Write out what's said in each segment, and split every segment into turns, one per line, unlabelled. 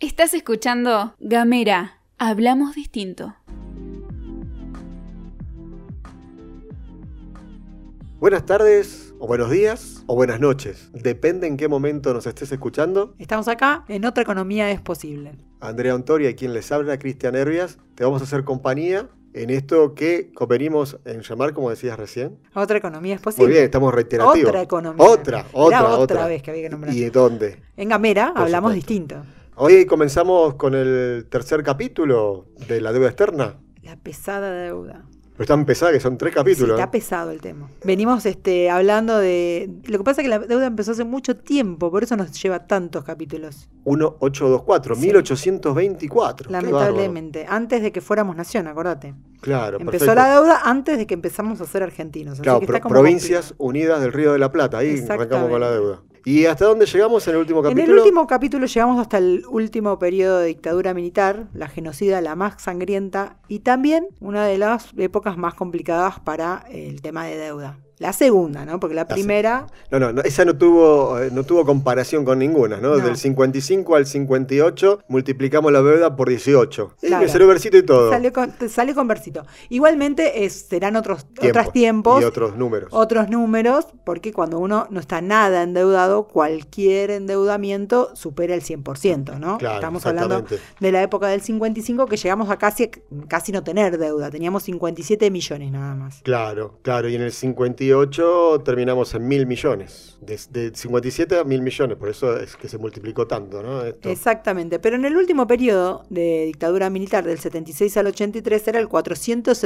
Estás escuchando Gamera, hablamos distinto.
Buenas tardes, o buenos días, o buenas noches. Depende en qué momento nos estés escuchando.
Estamos acá, en otra economía es posible.
Andrea Ontoria y quien les habla, Cristian Herbias, te vamos a hacer compañía en esto que convenimos en llamar, como decías recién.
Otra economía es posible.
Muy bien, estamos reiterativos.
Otra economía.
Otra, otra,
Era otra
otra.
vez que había que nombrar.
¿Y de dónde?
En Gamera
Por
hablamos
supuesto.
distinto.
Hoy comenzamos con el tercer capítulo de la deuda externa.
La pesada deuda.
Pero es tan pesada que son tres capítulos.
Sí,
¿eh?
está pesado el tema. Venimos este, hablando de... Lo que pasa es que la deuda empezó hace mucho tiempo, por eso nos lleva tantos capítulos.
1824,
Sí.
1824. Qué
Lamentablemente. Antes de que fuéramos nación, acordate.
bárbaro. Claro,
Empezó
perfecto.
la deuda antes de que empezamos a ser argentinos. así
Claro,
que
pro-
está como
Provincias
complicado.
Unidas del Río de la Plata. Ahí arrancamos con la
Exactamente.
deuda. ¿Y hasta dónde llegamos en el último capítulo?
En el último capítulo llegamos hasta el último periodo de dictadura militar, la genocida, la más sangrienta y también una de las épocas más complicadas para el tema de deuda. La segunda, ¿no? Porque la
se-
primera,
No, no, no, esa no tuvo, eh, no tuvo comparación con ninguna, ¿no?
No.
Del 55 al 58 multiplicamos la deuda por 18. Y
Claro.
me salió versito y todo.
salió con, te sale con versito. Igualmente es- serán otros,
Tiempo.
otros tiempos,
Y otros números.
otros números, porque cuando uno no está nada endeudado, cualquier endeudamiento supera el 100%, ¿no?
Claro,
Estamos hablando
exactamente.
de la época del 55 que llegamos a casi, casi no tener deuda. Teníamos 57 millones nada más.
Claro, claro. Y en el 58 terminamos en mil millones. De, de 57 a mil millones. Por eso es que se multiplicó tanto, ¿no? Esto.
Exactamente, pero en el último periodo de dictadura militar del 76 al 83 era el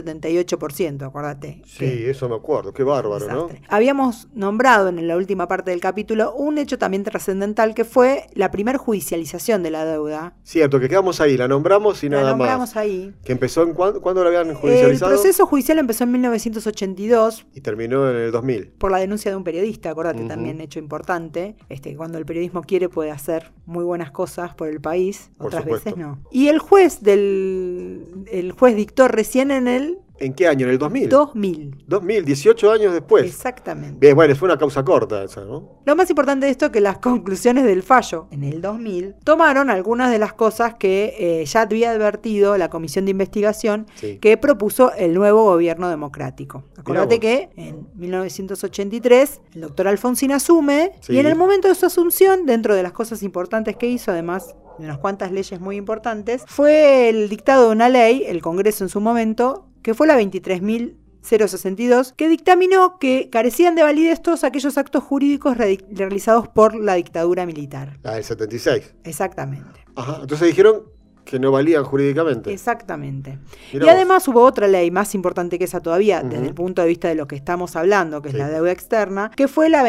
478%, acordate.
Sí, eso me acuerdo. Qué
que-
bárbaro, ¿no?
desastre. Habíamos nombrado en la última parte del capítulo un hecho también trascendental que fue la primer judicialización de la deuda.
Cierto, que quedamos ahí. La nombramos y
La
nada
nombramos
más.
ahí.
Que empezó en cuándo, cuándo la habían
El
judicializado
proceso judicial empezó en 1982
y terminó en el 2000.
por la denuncia de un periodista, acordate
Ujú.
también, hecho importante, este, cuando el periodismo quiere puede hacer muy buenas cosas por el país,
Por
otras
supuesto.
veces no. Y el juez del el juez dictó recién en el
¿En qué año? En el 2000.
2000.
2000, 18 años después.
Exactamente.
Bien, bueno, fue una causa corta esa, ¿no?
Lo más importante de esto es que las conclusiones del fallo en el 2000 tomaron algunas de las cosas que eh, ya había advertido la comisión de investigación
Sí.
que propuso el nuevo gobierno democrático. Acordate que en 1983 el doctor Alfonsín asume
Sí.
y en el momento de su asunción, dentro de las cosas importantes que hizo, además de unas cuantas leyes muy importantes, fue el dictado de una ley, el Congreso en su momento, que fue la 23.000. 062, que dictaminó que carecían de validez todos aquellos actos jurídicos redi- realizados por la dictadura militar.
La del 76.
Exactamente,
Ajá. Entonces dijeron que no valían jurídicamente.
exactamente.
Mirá vos.
y además hubo otra ley más importante que esa todavía, desde
Ujú.
el punto de vista de lo que estamos hablando, que
Sí.
es la deuda externa, que fue la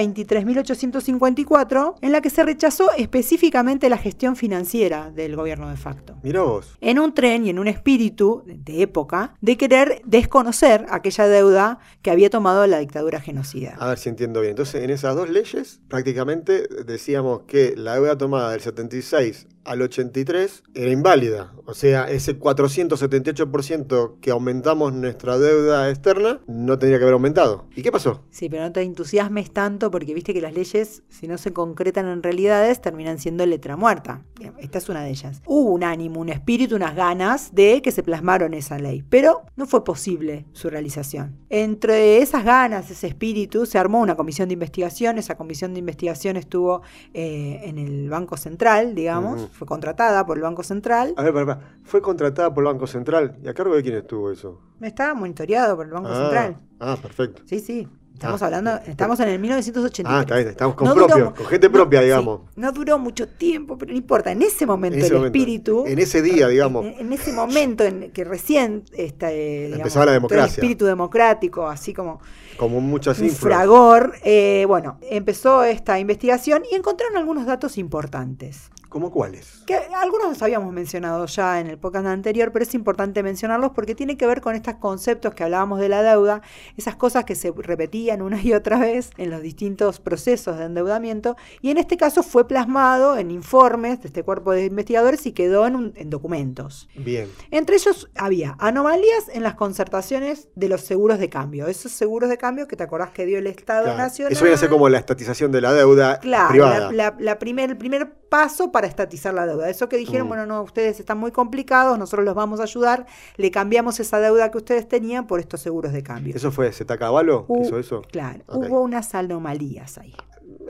23.854, en la que se rechazó específicamente la gestión financiera del gobierno de facto.
Mirá vos.
En un tren y en un espíritu de época de querer desconocer aquella deuda que había tomado la dictadura genocida.
A ver si entiendo bien. Entonces, en esas dos leyes, prácticamente decíamos que la deuda tomada del 76 al 83 era inválida. O sea, ese 478% que aumentamos nuestra deuda externa no tendría que haber aumentado. ¿Y qué pasó?
Sí, pero no te entusiasmes tanto porque viste que las leyes, si no se concretan en realidades, terminan siendo letra muerta. Bien, Esta es una de ellas. Hubo un ánimo, un espíritu, unas ganas de que se plasmaron esa ley, pero no fue posible su realización. Entre esas ganas, ese espíritu, se armó una comisión de investigación. Esa comisión de investigación estuvo eh, en el Banco Central, digamos,
Ujú. Ah.
fue contratada por el Banco Central.
A ver, pará, pará. Fue contratada por el Banco Central. ¿Y a cargo de quién estuvo eso?
Estaba monitoreado por el Banco
ah,
Central.
Ah, perfecto.
Sí, sí. Estamos
Ah,
hablando,
perfecto.
estamos en el 1983.
Ah, está bien, estamos con
No duró
propio,
mu-
con gente
no,
propia,
sí,
digamos.
no duró mucho tiempo, pero no importa. En ese momento
En ese
el
momento.
espíritu. Eh,
En ese día, digamos.
en- en ese momento en que recién esta, eh, digamos,
Empezaba la
todo
democracia.
el espíritu democrático, así como
Como muchas
eh, un
infras.
fragor, eh, bueno, empezó esta investigación y encontraron algunos datos importantes.
¿Cómo cuáles?
Que algunos los habíamos mencionado ya en el podcast anterior, pero es importante mencionarlos porque tiene que ver con estos conceptos que hablábamos de la deuda, esas cosas que se repetían una y otra vez en los distintos procesos de endeudamiento, y en este caso fue plasmado en informes de este cuerpo de investigadores y quedó en, un- en documentos.
Bien.
Entre ellos había anomalías en las concertaciones de los seguros de cambio, esos seguros de cambio que te acordás que dio el Estado
claro.
Nacional.
Eso viene a ser como la estatización de la deuda
Claro,
privada.
la- la- la primer- el primer paso para estatizar la deuda. Eso que dijeron,
Mm.
bueno, no, ustedes están muy complicados, nosotros los vamos a ayudar, le cambiamos esa deuda que ustedes tenían por estos seguros de cambio.
¿Eso fue Zetacabalo que
Hu-
hizo eso?
Claro,
Ok.
hubo unas anomalías ahí.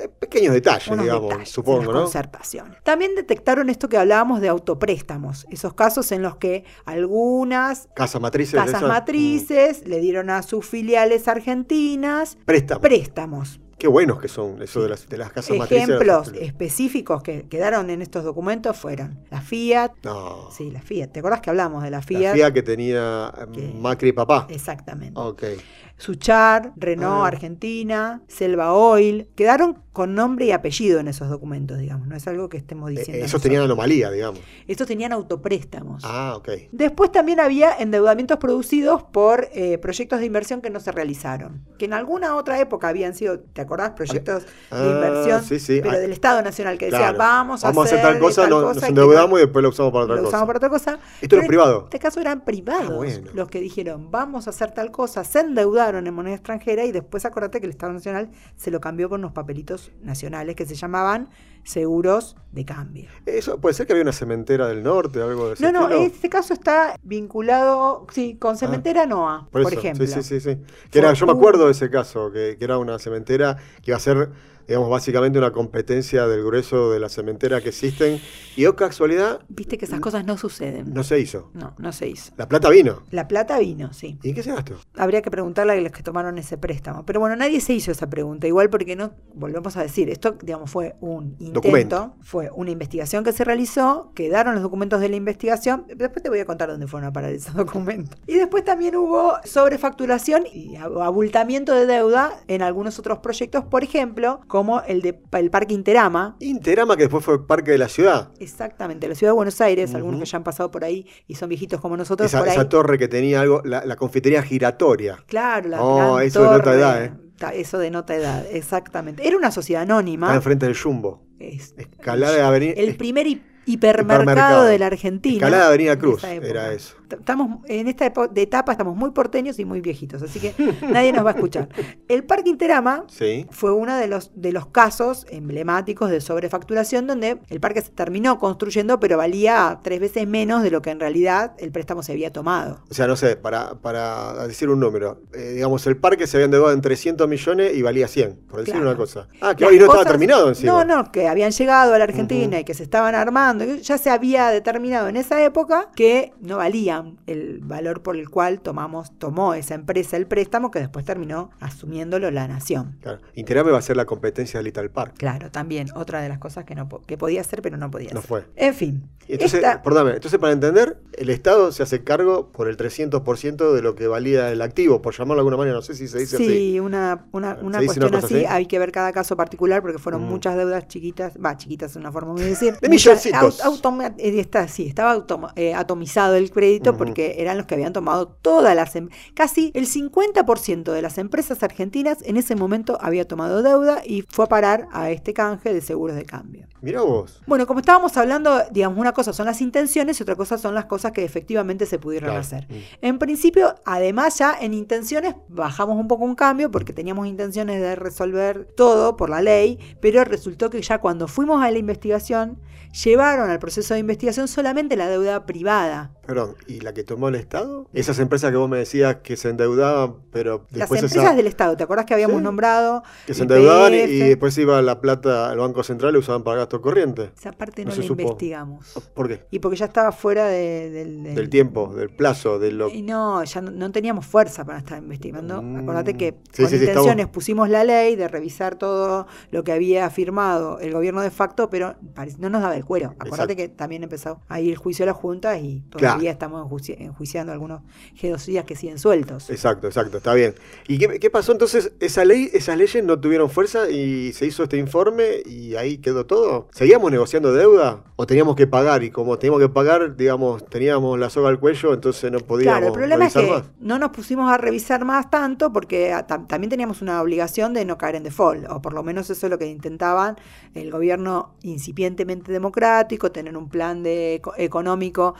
Eh, Pequeños detalles,
unos
digamos,
detalles en
supongo,
las
¿no?
concertaciones. También detectaron esto que hablábamos de autopréstamos, esos casos en los que algunas
Casas matrices.
casas
esas.
matrices le dieron a sus filiales argentinas
Mm. Préstamos.
préstamos.
Qué buenos que son eso de las, de las casas matrices.
Ejemplos específicos que quedaron en estos documentos fueron la Fiat,
No.
sí, la Fiat, ¿te acordás que hablamos de la Fiat?
La FIA que tenía eh,
Que-
Macri y papá.
Exactamente.
Ok. Eh,
Suchar, Renault
Ah.
Argentina, Selva Oil, quedaron con nombre y apellido en esos documentos, digamos, no es algo que estemos
Eh,
diciendo.
esos
nosotros.
tenían anomalía, digamos.
Estos tenían autopréstamos.
Ah, ok.
Después también había endeudamientos producidos por eh, proyectos de inversión que no se realizaron, que en alguna otra época habían sido, ¿te acordás? Proyectos
Ah,
de inversión,
sí, sí.
pero
Ah,
del Estado Nacional, que decía,
claro.
vamos,
Vamos a hacer tal cosa,
tal
no-
cosa,
nos
que
endeudamos
no-
y después lo usamos para otra
lo
cosa.
usamos para otra cosa.
Esto
Pero
era privado.
En este caso eran privados
Ah, bueno.
los que dijeron, vamos a hacer tal cosa, se endeudaron en moneda extranjera y después acordate que el Estado Nacional se lo cambió con unos papelitos nacionales que se llamaban seguros de cambio.
Eso puede ser que había una cementera del norte, algo de ese
No, no,
estilo. Ah.
este caso está vinculado, sí, con Cementera Noa, por,
eso,
ejemplo.
Sí, sí, sí. sí. Que era, yo me
Fortuna.
acuerdo de ese caso, que, que era una cementera que iba a ser, digamos, básicamente una competencia del grueso de la cementera que existen. Y oh, casualidad,
Viste que esas cosas no suceden.
no se hizo.
No, no se hizo.
La plata vino.
La plata vino, sí.
¿Y en qué se gastó?
Habría que preguntarle a los que tomaron ese préstamo. Pero bueno, nadie se hizo esa pregunta, igual porque no, volvemos a decir, esto, digamos, fue un intento,
Documento.
fue una investigación que se realizó, quedaron los documentos de la investigación, después te voy a contar dónde fueron a parar esos documentos. Y después también hubo sobrefacturación y ab- abultamiento de deuda en algunos otros proyectos, por ejemplo, como el de el Parque Interama,
Interama, que después fue Parque de la Ciudad.
Exactamente, la ciudad de Buenos Aires, algunos
Ujú.
que ya han pasado por ahí y son viejitos como nosotros,
Esa,
por ahí.
esa torre que tenía algo, la, la confitería giratoria.
claro, la
Oh,
gran
eso denota
torre,
edad, ¿eh?
ta- Eso denota edad, exactamente. Era una sociedad anónima.
Está enfrente del Jumbo.
es-
Escalada de Avenida,
el
Ah, es-
primer hi- hipermercado,
Hipermercado.
de la Argentina.
Escalada de Avenida
en
Cruz,
esa época.
era eso.
T- Estamos en esta epo- de etapa estamos muy porteños y muy viejitos, así que nadie nos va a escuchar. El Parque Interama
Sí.
fue uno de los, de los casos emblemáticos de sobrefacturación donde el parque se terminó construyendo, pero valía tres veces menos de lo que en realidad el préstamo se había tomado.
O sea, no sé, para, para decir un número. eh, digamos, el parque se había endeudado en 300 millones y valía 100, por decir
Claro.
una cosa. Ah, que
Las
hoy no
cosas-
estaba terminado encima.
No, no, que habían llegado a la Argentina
Ujú.
y que se estaban armando. y Ya se había determinado en esa época que no valían el valor por el cual tomamos, tomó esa empresa el préstamo que después terminó asumiéndolo la nación.
Claro. Interame va a ser la competencia de Little Park.
Claro, también otra de las cosas que, no, po- que podía hacer, pero no podía
No
hacer.
fue.
En fin.
Y Entonces,
esta-
perdóname, entonces para entender, el Estado se hace cargo por el 300% de lo que valía el activo, por llamarlo de alguna manera, no sé si se dice
sí,
así.
una, una,
¿Se
una
dice
cuestión
una cosa así?
así, hay que ver cada caso particular porque fueron
Mm.
muchas deudas chiquitas, va, chiquitas es una forma muy de decir.
De
Muchas-
milloncitos.
au- automa- eh, está, sí, estaba automa- eh, atomizado el crédito
Ujú.
porque eran los que habían tomado todas las, em- casi el 50% de las empresas argentinas en ese momento había tomado deuda y fue a parar a este canje de seguros de cambio.
Mirá vos.
Bueno, como estábamos hablando, digamos, una cosa son las intenciones y otra cosa son las cosas que efectivamente se pudieron
Claro.
hacer.
Mm.
En principio, además ya en intenciones bajamos un poco un cambio porque teníamos intenciones de resolver todo por la ley, pero resultó que ya cuando fuimos a la investigación, llevaron al proceso de investigación solamente la deuda privada.
Perdón, ¿y la que tomó el Estado? Esas empresas que vos me decías que se endeudaban, pero después
Las
esa-
empresas del Estado, ¿te acordás que habíamos
Sí.
nombrado?
que se endeudaban y,
YPF?
y después iba la plata al Banco Central y usaban para gasto corriente.
Esa parte no,
No se
la
supo.
investigamos.
¿Por qué?
Y porque ya estaba fuera de- del- del-
Del tiempo, del plazo, de lo
Y no, ya no, no teníamos fuerza para estar investigando.
Mm.
Acordate que
Sí,
con
sí, sí,
intenciones
estamos-
pusimos la ley de revisar todo lo que había firmado el gobierno de facto, pero pare- no nos daba el cuero. Acordate
Exacto.
que también empezó a ir juicio a las juntas y todavía
Claro.
estamos enjuici- enjuiciando algunos genocidas que siguen sueltos.
Exacto, exacto, está bien. ¿Y qué, qué pasó entonces? ¿Esa ley, esas leyes no tuvieron fuerza y se hizo este informe y ahí quedó todo? ¿Seguíamos negociando deuda o teníamos que pagar? Y como teníamos que pagar, digamos, teníamos la soga al cuello, entonces no podíamos
Claro, el problema es este.
revisar
que
más.
no nos pusimos a revisar más tanto porque a- tam- también teníamos una obligación de no caer en default, o por lo menos eso es lo que intentaban el gobierno incipientemente democrático, tener un plan de eco- económico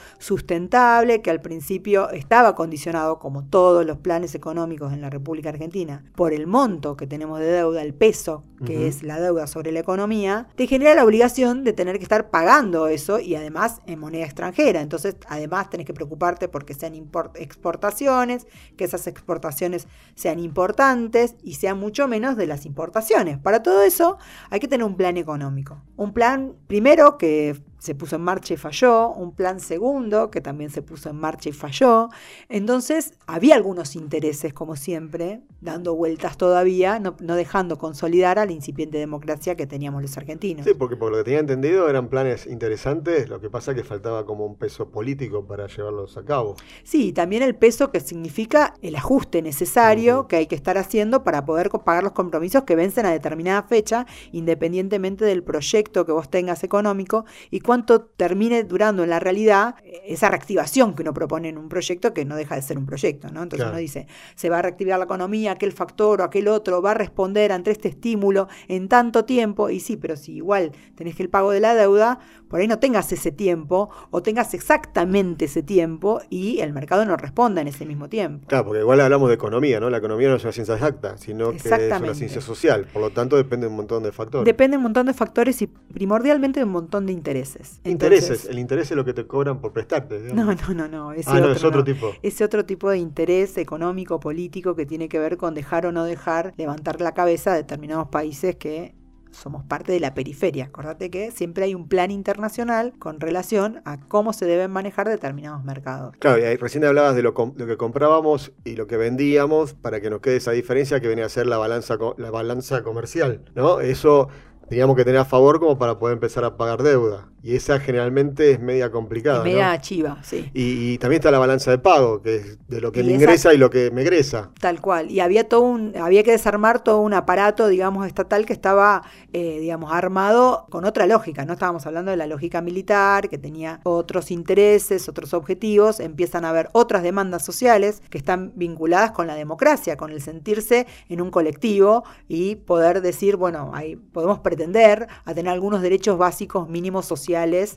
sustentable, que al principio estaba condicionado, como todos los planes económicos en la República Argentina, por el monto que tenemos de deuda, el peso, que
Ujú.
es la deuda sobre la economía, te genera la obligación de tener que estar pagando eso y además en moneda extranjera. Entonces, además tenés que preocuparte porque sean import- exportaciones, que esas exportaciones sean importantes y sea mucho menos de las importaciones. Para todo eso hay que tener un plan económico. Un plan primero que se puso en marcha y falló, un plan segundo que también se puso en marcha y falló. Entonces había algunos intereses, como siempre, dando vueltas todavía, no, no dejando consolidar a la incipiente democracia que teníamos los argentinos.
Sí, porque por lo que tenía entendido eran planes interesantes, lo que pasa que faltaba como un peso político para llevarlos a cabo.
Sí, y también el peso que significa el ajuste necesario
Ujú.
que hay que estar haciendo para poder co- pagar los compromisos que vencen a determinada fecha, independientemente del proyecto que vos tengas económico y cuánto termine durando en la realidad eh, esa reactivación que uno propone en un proyecto que no deja de ser un proyecto, ¿no? Entonces
Claro.
uno dice, se va a reactivar la economía, aquel factor o aquel otro va a responder ante este estímulo en tanto tiempo y sí, pero si igual tenés que el pago de la deuda, por ahí no tengas ese tiempo o tengas exactamente ese tiempo y el mercado no responda en ese mismo tiempo.
Claro, porque igual hablamos de economía, ¿no? La economía no es una ciencia exacta, sino que es una
Exactamente.
ciencia social, por lo tanto depende de un montón de factores.
Depende de un montón de factores y primordialmente de un montón de intereses. Entonces-
Intereses, el interés es lo que te cobran por prestarte. digamos.
No, no, no, no. Ese
ah, no, es otro
no.
tipo.
ese otro tipo de interés económico, político, que tiene que ver con dejar o no dejar levantar la cabeza a determinados países que somos parte de la periferia. Acordate que siempre hay un plan internacional con relación a cómo se deben manejar determinados mercados.
Claro, y ahí recién hablabas de lo, com- lo que comprábamos y lo que vendíamos para que nos quede esa diferencia que venía a ser la balanza, co- la balanza comercial, ¿no? Eso teníamos que tener a favor como para poder empezar a pagar deuda. Y esa generalmente es media complicada,
Es
¿no?
media chiva, sí.
Y, y también está la balanza de pago, que es de lo que
Y
me
esa-
ingresa y lo que me egresa.
Tal cual. Y había todo un, había que desarmar todo un aparato, digamos, estatal que estaba, eh, digamos, armado con otra lógica. No estábamos hablando de la lógica militar, que tenía otros intereses, otros objetivos. Empiezan a haber otras demandas sociales que están vinculadas con la democracia, con el sentirse en un colectivo y poder decir, bueno, ahí podemos pretender a tener algunos derechos básicos mínimos sociales,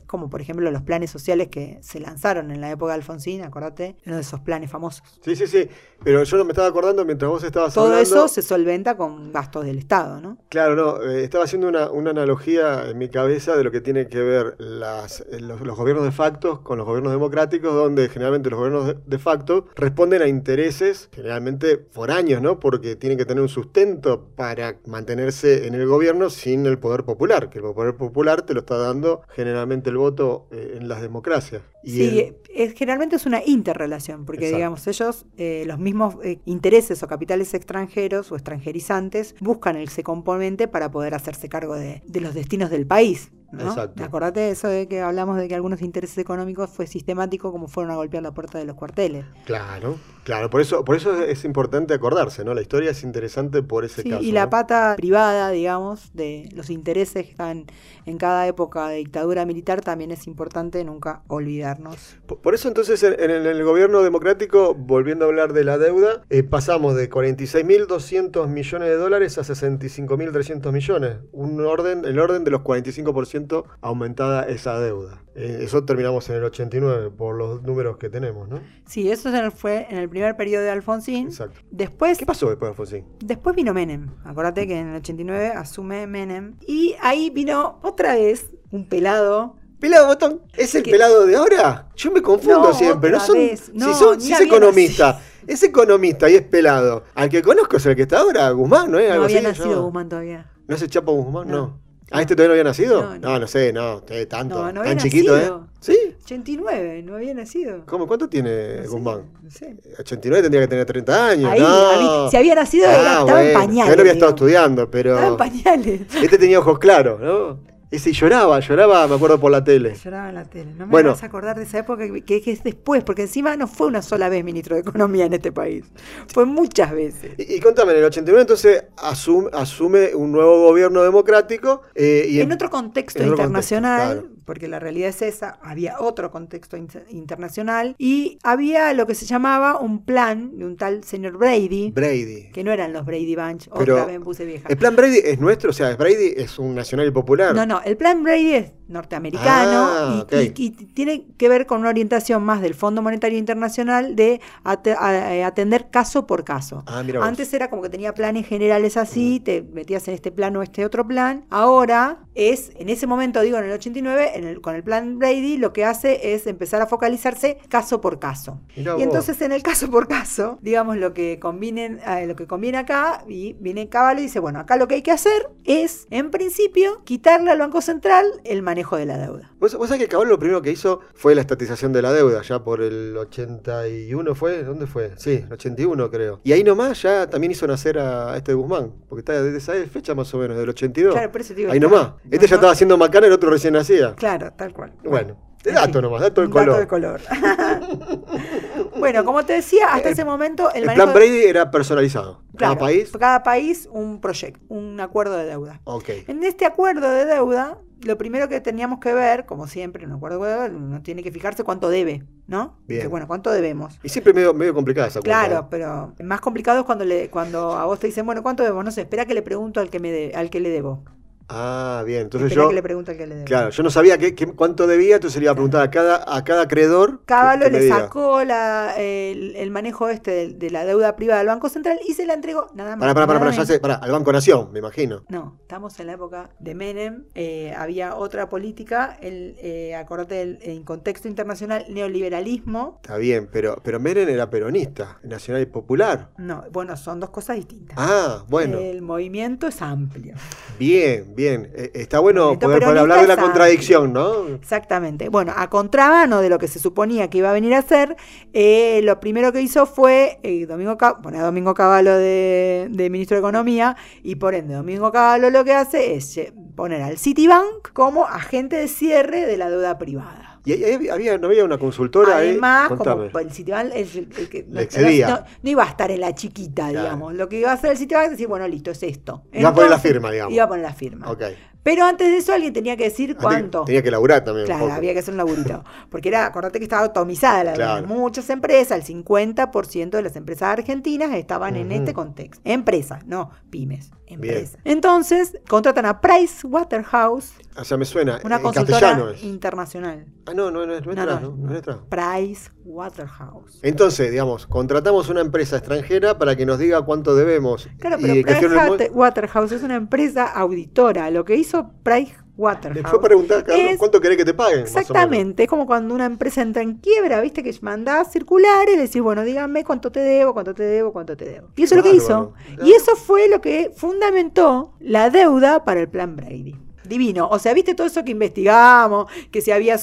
como por ejemplo los planes sociales que se lanzaron en la época de Alfonsín, acordate, uno de esos planes famosos.
Sí, sí, sí. Pero yo no me estaba acordando mientras vos estabas
Todo
hablando.
eso se solventa con gastos del Estado, ¿no?
Claro, no, eh, estaba haciendo una, una analogía en mi cabeza de lo que tiene que ver las, eh, los, los gobiernos de facto con los gobiernos democráticos, donde generalmente los gobiernos de, de facto responden a intereses generalmente por años, ¿no? Porque tienen que tener un sustento para mantenerse en el gobierno sin el poder popular, que el poder popular te lo está dando generalmente el voto eh, en las democracias. Y
sí,
el-
es, generalmente es una interrelación, porque
Exacto.
digamos, ellos, eh, los mismos eh, intereses o capitales extranjeros o extranjerizantes, buscan ese componente para poder hacerse cargo de, de los destinos del país. ¿no?
Exacto.
Acordate de eso de que hablamos de que algunos intereses económicos fue sistemático como fueron a golpear la puerta de los cuarteles.
Claro, claro, por eso, por eso es, es importante acordarse, ¿no? La historia es interesante por ese
Sí,
caso.
y la
¿no?
pata privada, digamos, de los intereses que están en cada época de dictadura militar también es importante nunca olvidarnos.
Por por eso entonces en, en el, en el gobierno democrático, volviendo a hablar de la deuda, eh, pasamos de 46.200 millones de dólares a 65.300 millones. Un orden, el orden de los 45% aumentada esa deuda. Eh, eso terminamos en el 89 por los números que tenemos, ¿no?
Sí, eso en el- fue en el primer periodo de Alfonsín.
Exacto.
Después,
¿Qué pasó después de Alfonsín?
después vino Menem. Acordate que en el 89 asume Menem. Y ahí vino otra vez un pelado.
Pelado botón, ¿es el
¿Qué?
pelado de ahora? Yo me confundo
No,
siempre, no
otra
son,
vez.
si
No,
son, si
no
es
había
economista, es economista y es pelado. Al que conozco es el que está ahora, Guzmán, ¿no? es?
No
Algo
había
así,
nacido
¿no?
Guzmán todavía.
¿No es el Chapo Guzmán? No.
No.
¿A este todavía no había nacido? No,
No,
no,
no.
sé, no, eh, tanto.
No, no había
Tan chiquito,
nacido.
¿eh? ¿Sí?
89, no había nacido.
¿Cómo? ¿Cuánto tiene
No sé,
Eh, Guzmán?
no sé.
89 tendría que tener 30 años.
Ahí,
no.
habí- si había nacido, era-
Ah,
estaba
bueno,
en
todavía
pañales.
no había estado
digamos.
estudiando,
Estaba en
pero.
pañales.
Este tenía ojos claros, ¿no? Ese lloraba, lloraba, me acuerdo por la tele.
Lloraba en la tele. No me
Bueno.
vas a acordar de esa época que, que es después, porque encima no fue una sola vez ministro de Economía en este país. Fue muchas veces.
Y, y contame, en el 89 entonces asum- asume un nuevo gobierno democrático eh, y
en
em-
otro contexto
en otro
internacional,
contexto,
porque la realidad es esa, había otro contexto inter- internacional y había lo que se llamaba un plan de un tal señor Brady,
Brady.
que no eran los Brady Bunch,
Pero-
otra vez me puse vieja.
¿El plan Brady es nuestro? O sea, Brady es un nacional y popular.
No, no, el plan Brady es norteamericano
Ah,
y,
ok.
y- y tiene que ver con una orientación más del Fondo Monetario Internacional de ate- a- eh, atender caso por caso.
Ah, mira vos.
Antes era como que tenía planes generales así, te metías en este plan o este otro plan. Ahora es, en ese momento, digo, en el 89, en el- con el plan Brady, lo que hace es empezar a focalizarse caso por caso.
Mirá
Y
vos.
entonces en el caso por caso, digamos lo que combinen, eh, lo que conviene acá, y viene Caballo y dice, bueno, acá lo que hay que hacer es, en principio, quitarle al Banco Central el manejo de la deuda.
¿Vos, vos sabés que Caballo lo primero que hizo fue la estatización de la deuda, ya por el 81 fue, ¿dónde fue? Sí, el 81 creo. Y ahí nomás ya también hizo nacer a este Guzmán, porque está desde esa fecha más o menos, del 82.
Claro, por eso te digo,
ahí
está-
nomás.
no,
Este ya
no-
estaba haciendo macana, el otro recién nacía.
Claro, tal cual.
Bueno, de dato nomás, dato del
Un
color.
Dato de color. bueno, como te decía, hasta ese momento el,
El,
manejo
plan Brady era personalizado. Cada
claro,
país.
cada país un proyecto, un acuerdo de deuda.
Ok.
En este acuerdo de deuda, lo primero que teníamos que ver, como siempre, en un acuerdo de deuda, uno tiene que fijarse cuánto debe, ¿no?
Bien.
Dice, bueno, ¿cuánto debemos?
Y siempre medio, medio complicada esa cuenta,
Claro, pero más complicado es cuando le, cuando a vos te dicen, bueno, ¿cuánto debemos? No sé, espera que le pregunto al que me de- al que le debo.
¿eh? Ah, bien. Entonces
espera
yo.
que le pregunto al que le debo.
Claro, yo no sabía qué- qué- cuánto debía, entonces le iba a preguntar a cada, a cada acreedor. que-
Caballo
que me
le
diga.
sacó la, el, el manejo este de, de la deuda privada del Banco Central y se la entregó nada más.
Pará, pará, pará,
nada
pará, ya
menos.
sé, pará, al Banco Nación, me imagino.
No, estamos en la época de Menem, eh, había otra política, el, eh, acordate del en contexto internacional, neoliberalismo.
Está bien, pero, pero Menem era peronista, nacional y popular.
No, bueno, son dos cosas distintas.
Ah, bueno,
El movimiento es amplio.
bien, bien. Eh, está bueno
Movimiento
poder, poder hablar
peronista
de la
es amplio.
contradicción, ¿no?
Exactamente. Bueno, a contramano de lo que se suponía que iba a venir a hacer, eh, lo primero que hizo fue eh, Domingo, Ca- bueno, Domingo Cavallo de, de ministro de Economía y por ende Domingo Cavallo lo que hace es eh, poner al Citibank como agente de cierre de la deuda privada.
Y ahí- ahí había, no había una consultora ahí.
Además,
eh, Contame.
como el Citibank es el- el que- no,
excedía.
no- no iba a estar en la chiquita,
Claro.
digamos. Lo que iba a hacer el Citibank es decir, bueno, listo, es esto.
Iba a poner la
Entonces,
firma, digamos.
Iba a poner la firma.
Ok.
Pero antes de eso alguien tenía que decir cuánto.
Tenía que laburar también. un
Claro,
poco.
había que hacer un laburito. Porque era, acordate que estaba atomizada la deuda.
Claro.
Muchas empresas, el 50% de las empresas argentinas estaban en
Ujú.
este contexto. Empresas, no pymes, empresas. Entonces, contratan a Price Waterhouse,
O sea, me suena.
una
Eh, en castellano
consultora
es.
internacional.
Ah, no, no, no es nuestra,
No, no.
no, no es nuestra.
Price Waterhouse.
Entonces, digamos, contratamos una empresa extranjera para que nos diga cuánto debemos.
Claro,
Y
pero
que
Price
firme el mo-
Water- Waterhouse es una empresa auditora. Lo que hizo Price
Le fue a
Waterhouse.
preguntar, Carlos,
Es-
¿cuánto querés que te paguen? más o menos?
Exactamente, es como cuando una empresa entra en quiebra, viste que mandás circulares, decís, bueno, díganme cuánto te debo, cuánto te debo, cuánto te debo. Y eso es lo que hizo.
Bárbaro, claro.
Y eso fue lo que fundamentó la deuda para el plan Brady. Divino. O sea, viste todo eso que investigamos, que si había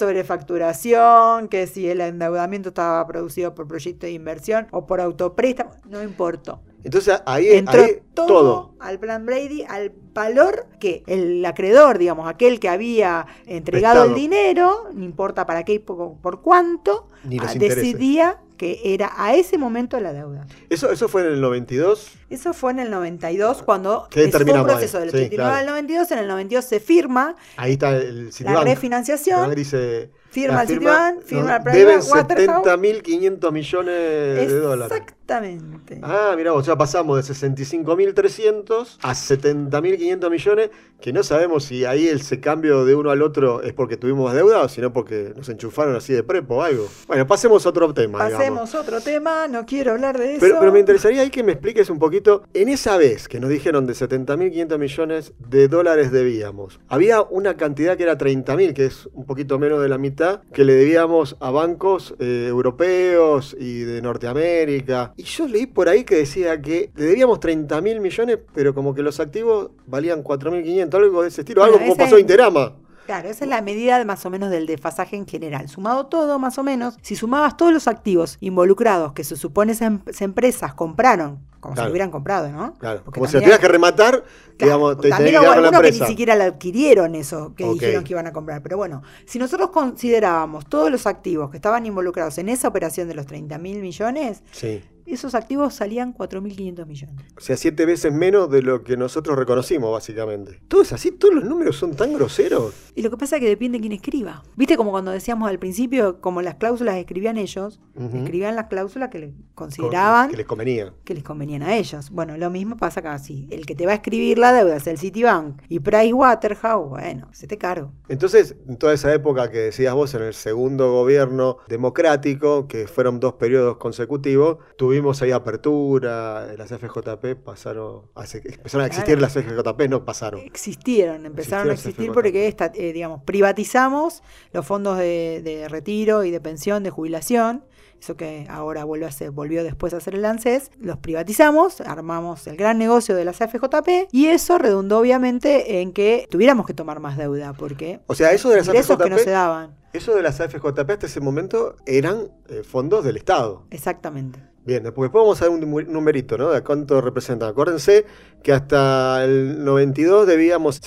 sobrefacturación, que si el endeudamiento estaba producido por proyecto de inversión o por autopréstamo, no importó.
Entonces ahí,
Entró
ahí
todo,
todo.
al plan Brady, al valor que el acreedor, digamos, aquel que había entregado
Prestado.
el dinero, no importa para qué y por, por cuánto,
Ni los
ah,
intereses.
decidía que era a ese momento la deuda.
Eso, eso fue en el 92.
Eso fue en el 92, cuando
Que
es- fue un
terminamos ahí,
proceso del
sí,
89
claro.
al 92. En el 92 se firma
Ahí está el
la
Citibank. Citibank
refinanciación,
dice,
firma
la
el Citibank, firma el
nos Deben
Private Waterhouse.
70.500 millones de dólares.
Exactamente.
Ah, mira, o sea, pasamos de 65.300 a 70.500 millones, que no sabemos si ahí ese cambio de uno al otro es porque tuvimos más deuda o sino porque nos enchufaron así de prepo o algo. Bueno, pasemos a otro tema, digamos.
Pasemos a otro tema, no quiero hablar de eso.
Pero, pero me interesaría ahí que me expliques un poquito, en esa vez que nos dijeron de 70.500 millones de dólares debíamos, había una cantidad que era 30.000, que es un poquito menos de la mitad, que le debíamos a bancos eh, europeos y de Norteamérica. Y yo leí por ahí que decía que le debíamos 30.000 millones, pero como que los activos valían 4.500, algo de ese estilo, algo
Bueno,
como
ese-
pasó en Interama.
Claro, esa es la medida más o menos del desfasaje en general. Sumado todo, más o menos, si sumabas todos los activos involucrados que se supone esas em- esas empresas compraron, como si
Claro.
lo hubieran comprado, ¿no?
Claro,
Porque
como si la
también
tuvieras que rematar, digamos,
Claro,
te tenías
también
que
hubo
quedar con la
algunos que ni
empresa.
siquiera la adquirieron eso que
Ok.
dijeron que iban a comprar. Pero bueno, si nosotros considerábamos todos los activos que estaban involucrados en esa operación de los 30 mil millones,
Sí.
esos activos salían 4.500 millones.
O sea, siete veces menos de lo que nosotros reconocimos, básicamente. Todo es así, todos los números son tan groseros.
Y lo que pasa es que depende de quién escriba. ¿Viste como cuando decíamos al principio, como las cláusulas escribían ellos,
Ujú.
escribían las cláusulas que le
Con-
consideraban
Que les convenía.
que les convenían a ellos. Bueno, lo mismo pasa acá, sí. El que te va a escribir la deuda es el Citibank y Pricewaterhouse, bueno, se te cargo.
Entonces, en toda esa época que decías vos, en el segundo gobierno democrático, que fueron dos periodos consecutivos, tuvimos ahí apertura, eh, las FJP pasaron, a se- empezaron a existir
Claro.
las FJP, no pasaron.
Existieron, empezaron
Existieron,
a existir
se fue
porque, esta, eh, digamos, privatizamos los fondos de, de retiro y de pensión, de jubilación, eso que ahora vuelve a ser- volvió después a hacer el ANSES, los privatizamos, armamos el gran negocio de las AFJP y eso redundó obviamente en que tuviéramos que tomar más deuda porque
O sea, eso de las
ingresos que no
AFJP,
se daban,
eso de las AFJP hasta ese momento eran eh, fondos del Estado.
exactamente.
Bien, después después vamos a ver un numer- numerito, ¿no? De cuánto representan. Acuérdense que hasta el 92 debíamos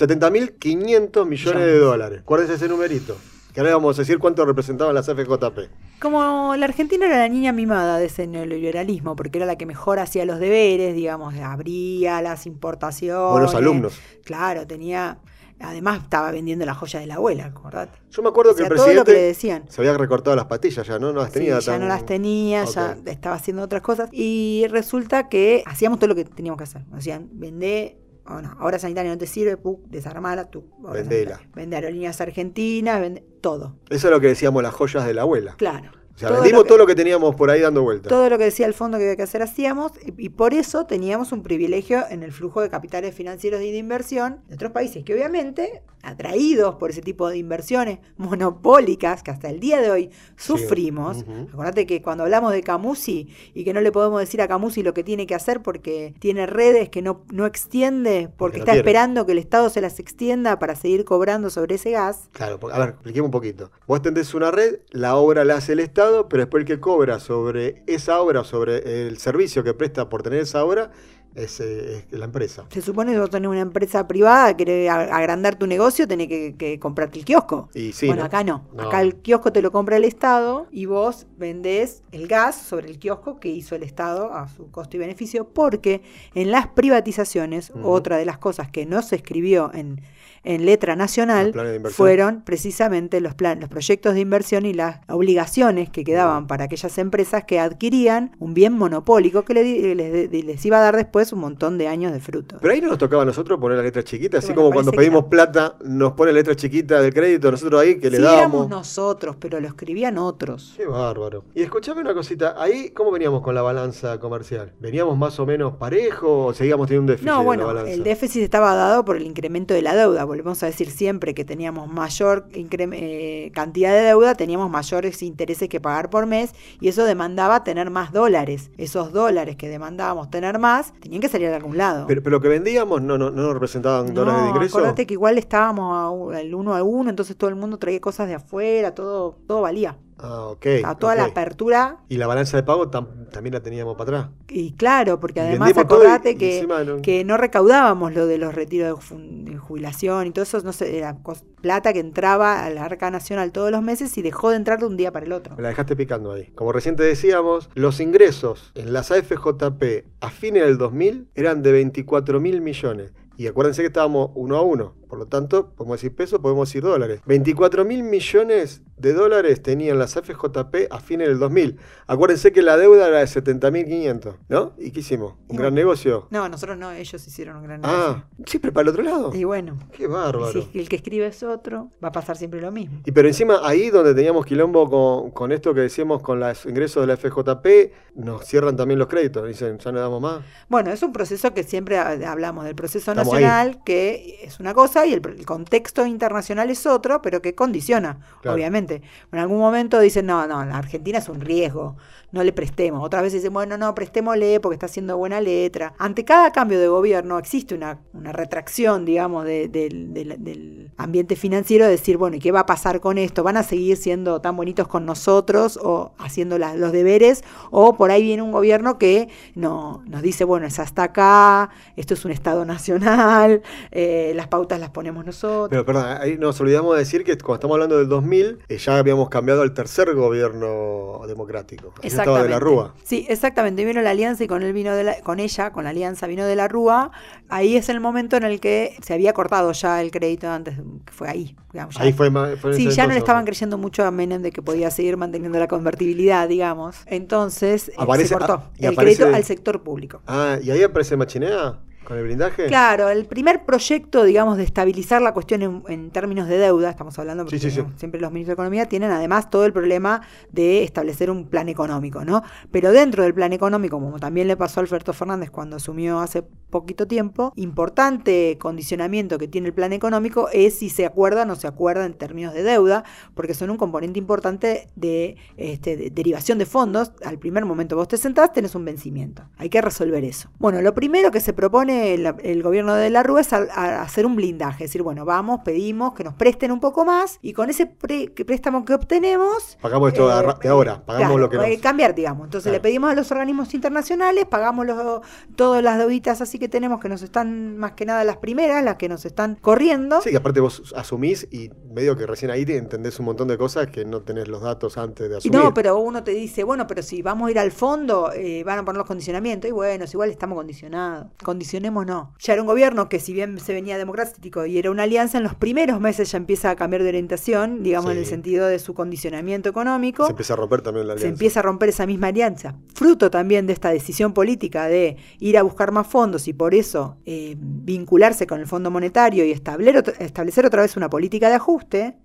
70.500 millones de
Millones.
dólares. Acuérdense ese numerito. Que ahora vamos a decir cuánto representaban las FJP.
Como la Argentina era la niña mimada de ese neoliberalismo, porque era la que mejor hacía los deberes, digamos, abría las importaciones.
Buenos alumnos.
Claro, tenía. Además, estaba vendiendo la joya de la abuela, acordate.
Yo me acuerdo que
Hacía
el
todo lo que le
presidente
decían.
se había recortado las patillas ya, ¿no? No las tenía
Sí, ya
tan-
no las tenía, ya
Ok.
estaba haciendo otras cosas. Y resulta que hacíamos todo lo que teníamos que hacer. Nos decían, vendé, o no, ahora sanitaria no te sirve, pu, desarmala, tú. obra
Vendela.
sanitaria. Vende aerolíneas argentinas, vende todo.
Eso es lo que decíamos las joyas de la abuela.
Claro.
O sea,
Todo lo
vendimos
que-
todo lo que teníamos por ahí dando vueltas.
Todo lo que decía el fondo que había que hacer hacíamos y, y por eso teníamos un privilegio en el flujo de capitales financieros y de inversión de otros países que obviamente, atraídos por ese tipo de inversiones monopólicas que hasta el día de hoy sufrimos.
Ujú.
Acordate que cuando hablamos de Camusi y que no le podemos decir a Camusi lo que tiene que hacer porque tiene redes que no, no extiende, porque
no
está
quiere.
esperando que el Estado se las extienda para seguir cobrando sobre ese gas.
Claro, porque- a ver, expliquemos un poquito. Vos tendés una red, la obra la hace el Estado, pero después el que cobra sobre esa obra, sobre el servicio que presta por tener esa obra, es, eh, es la empresa.
Se supone que vos tenés una empresa privada, querés a- agrandar tu negocio, tenés que, que comprarte el kiosco.
Y sí,
bueno,
¿no?
acá no.
No.
Acá el kiosco te lo compra el Estado y vos vendés el gas sobre el kiosco que hizo el Estado a su costo y beneficio, porque en las privatizaciones,
Ujú.
otra de las cosas que no se escribió en, en letra
Los
nacional
planes de inversión.
fueron precisamente los, plan- los proyectos de inversión y las obligaciones que quedaban para aquellas empresas que adquirían un bien monopólico que le di- les, les iba a dar después un montón de años de frutos.
Pero ahí no nos tocaba a nosotros poner la letra chiquita, así
Bueno,
como cuando
parece que
pedimos
no.
plata, nos pone la letra chiquita del crédito, nosotros ahí que le
Sí,
dábamos.
éramos nosotros, pero lo escribían otros.
Qué bárbaro. Y escuchame una cosita, ahí cómo veníamos con la balanza comercial? ¿Veníamos más o menos parejo o seguíamos teniendo un déficit
No,
en la
bueno,
balanza?
el déficit estaba dado por el incremento de la deuda. Volvemos a decir siempre que teníamos mayor incre- eh, cantidad de deuda, teníamos mayores intereses que pagar por mes y eso demandaba tener más dólares. Esos dólares que demandábamos tener más tenían que salir de algún lado.
pero, pero lo que vendíamos no, no, no nos representaban dólares de ingreso.
acordate que igual estábamos a u- al uno a uno, entonces todo el mundo traía cosas de afuera, todo, todo valía.
Ah, ok.
O sea, toda la
ok.
apertura.
Y la balanza de pago tam- también la teníamos para atrás.
Y claro, porque
Y
además
vendimos todo y-
acordate
y
que
encima no-
que no recaudábamos lo de los retiros de, fun- de jubilación y todo eso, no sé, era cos- plata que entraba a la arca nacional todos los meses y dejó de entrar de un día para el otro.
Me la dejaste picando ahí. Como recién te decíamos, los ingresos en las AFJP a fines del 2000 eran de 24 mil millones. Y acuérdense que estábamos uno a uno. Por lo tanto, podemos decir pesos, podemos decir dólares. 24 mil millones de dólares tenían las AFJP a fines del 2000. Acuérdense que la deuda era de 70.500, ¿no? ¿Y qué hicimos? ¿Un
Y
gran
bueno.
negocio?
No, nosotros no, ellos hicieron un gran
Ah, siempre para el otro lado.
negocio. Y bueno,
Qué bárbaro.
y si el que escribe es otro, va a pasar siempre lo mismo.
Y pero encima ahí donde teníamos quilombo con, con esto que decíamos con los ingresos de la FJP, nos cierran también los créditos, dicen, ya no damos más.
Bueno, es un proceso que siempre ha- hablamos del proceso
Estamos
nacional, que es una cosa y el, el contexto internacional es otro, pero que condiciona,
Claro.
obviamente. En algún momento dicen, no, no, la Argentina es un riesgo, no le prestemos. Otras veces dicen, bueno, no, prestémosle porque está haciendo buena letra. Ante cada cambio de gobierno existe una, una retracción, digamos, de- del- del- del ambiente financiero, de decir, bueno, ¿y qué va a pasar con esto? ¿Van a seguir siendo tan bonitos con nosotros o haciendo las- los deberes? O por ahí viene un gobierno que no, nos dice, bueno, es hasta acá, esto es un Estado nacional, eh, las pautas las ponemos nosotros.
Pero perdón, ahí nos olvidamos de decir que cuando estamos hablando del 2000, eh, ya habíamos cambiado al tercer gobierno democrático. Ahí ya estaba de la Rúa.
Sí, exactamente. Vino la alianza y con él vino de la- con ella, con la alianza vino de la Rúa, Ahí es el momento en el que se había cortado ya el crédito antes, que fue ahí. digamos, ya.
Ahí fue más. fue en
Sí,
ese
ya no le
entonces.
estaban creyendo mucho a Menem de que podía seguir manteniendo la convertibilidad, digamos. Entonces eh,
Aparece-
se cortó
ah, y
el
aparece-
crédito al sector público.
Ah, ¿y ahí aparece Machinea? ¿Con el blindaje?
Claro, el primer proyecto, digamos, de estabilizar la cuestión en, en términos de deuda, estamos hablando porque
Sí, sí, sí.
¿no? siempre los ministros de Economía tienen además todo el problema de establecer un plan económico, ¿no? Pero dentro del plan económico, como también le pasó a Alberto Fernández cuando asumió hace poquito tiempo, importante condicionamiento que tiene el plan económico es si se acuerda o no se acuerda en términos de deuda, porque son un componente importante de, este, de derivación de fondos. Al primer momento vos te sentás, tenés un vencimiento. Hay que resolver eso. Bueno, lo primero que se propone el, el gobierno de la Rúa es a- a hacer un blindaje, es decir, bueno, vamos, pedimos que nos presten un poco más y con ese pre- que préstamo que obtenemos...
Pagamos esto de arra- de ahora, pagamos
Eh, claro,
lo que nos.
eh, Cambiar, digamos. Entonces
Claro.
le pedimos a los organismos internacionales, pagamos los- todas las deuditas así que tenemos, que nos están más que nada las primeras, las que nos están corriendo.
Sí, que aparte vos asumís y medio que recién ahí te entendés un montón de cosas que no tenés los datos antes de
Y
asumir.
no, pero uno te dice, bueno, pero si vamos a ir al fondo, eh, van a poner los condicionamientos. Y bueno, si igual estamos condicionados. Condicionemos no. Ya era un gobierno que, si bien se venía democrático y era una alianza, en los primeros meses ya empieza a cambiar de orientación, digamos, en el
Sí.
sentido de su condicionamiento económico.
Se empieza a romper también la
Se
alianza.
empieza a romper esa misma alianza. Fruto también de esta decisión política de ir a buscar más fondos y por eso eh, vincularse con el Fondo Monetario y establer ot- establecer otra vez una política de ajuste,